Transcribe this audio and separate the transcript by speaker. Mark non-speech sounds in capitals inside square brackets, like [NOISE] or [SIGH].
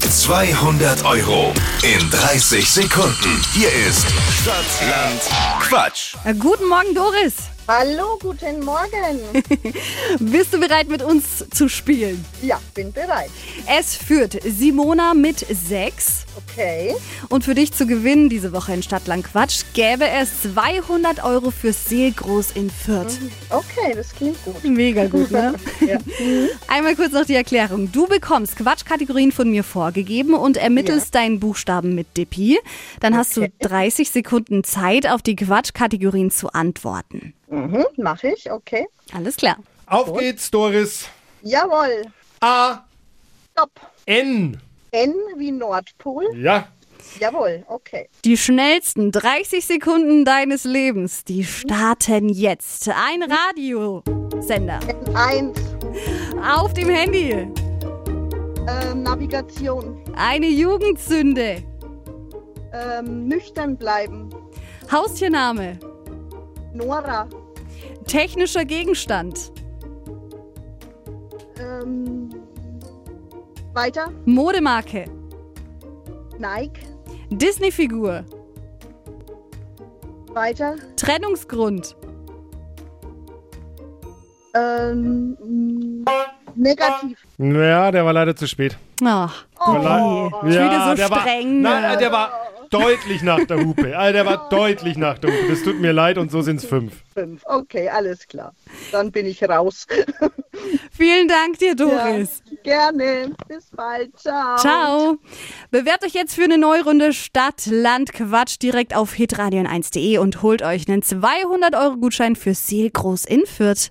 Speaker 1: 200 Euro in 30 Sekunden. Hier ist Stadtland Quatsch.
Speaker 2: Äh, Guten Morgen, Doris.
Speaker 3: Hallo, guten Morgen.
Speaker 2: Bist du bereit, mit uns zu spielen?
Speaker 3: Ja, bin bereit.
Speaker 2: Es führt Simona mit 6.
Speaker 3: Okay.
Speaker 2: Und für dich zu gewinnen diese Woche in Stadtland Quatsch gäbe es 200 Euro fürs Seelgroß in Fürth.
Speaker 3: Okay, das klingt gut.
Speaker 2: Mega gut, ne?
Speaker 3: Ja.
Speaker 2: Einmal kurz noch die Erklärung. Du bekommst Quatschkategorien von mir vorgegeben und ermittelst deinen Buchstaben mit Dippi. Dann hast du 30 Sekunden Zeit, auf die Quatschkategorien zu antworten.
Speaker 3: Mhm, mach ich, okay.
Speaker 2: Alles klar.
Speaker 4: Auf geht's, Doris.
Speaker 3: Jawohl.
Speaker 4: A.
Speaker 3: Stopp.
Speaker 4: N.
Speaker 3: N wie Nordpol.
Speaker 4: Ja.
Speaker 3: Jawohl, okay.
Speaker 2: Die schnellsten 30 Sekunden deines Lebens, die starten jetzt. Ein Radiosender
Speaker 3: Eins.
Speaker 2: auf dem Handy.
Speaker 3: Ähm, Navigation.
Speaker 2: Eine Jugendsünde.
Speaker 3: Ähm, nüchtern bleiben.
Speaker 2: Haustiername.
Speaker 3: Nora.
Speaker 2: Technischer Gegenstand.
Speaker 3: Ähm, weiter.
Speaker 2: Modemarke.
Speaker 3: Nike.
Speaker 2: Disney-Figur.
Speaker 3: Weiter.
Speaker 2: Trennungsgrund.
Speaker 3: Ähm, mm, negativ.
Speaker 4: Ja, der war leider zu spät.
Speaker 2: Ach,
Speaker 4: Oh.
Speaker 2: Dippi. Schon wieder so
Speaker 4: der
Speaker 2: streng.
Speaker 4: War, nein, äh, der war deutlich nach der Hupe. Also,
Speaker 2: [LAUGHS]
Speaker 4: der war deutlich nach der Hupe. Das tut mir leid und so sind's fünf.
Speaker 3: Fünf. Okay, alles klar. Dann bin ich raus. [LAUGHS]
Speaker 2: Vielen Dank dir, Doris.
Speaker 3: Gerne. Bis bald. Ciao.
Speaker 2: Ciao. Bewerbt euch jetzt für eine neue Runde Stadt, Land, Quatsch direkt auf hitradion1.de und holt euch einen 200-Euro-Gutschein für Seelgroß in Fürth.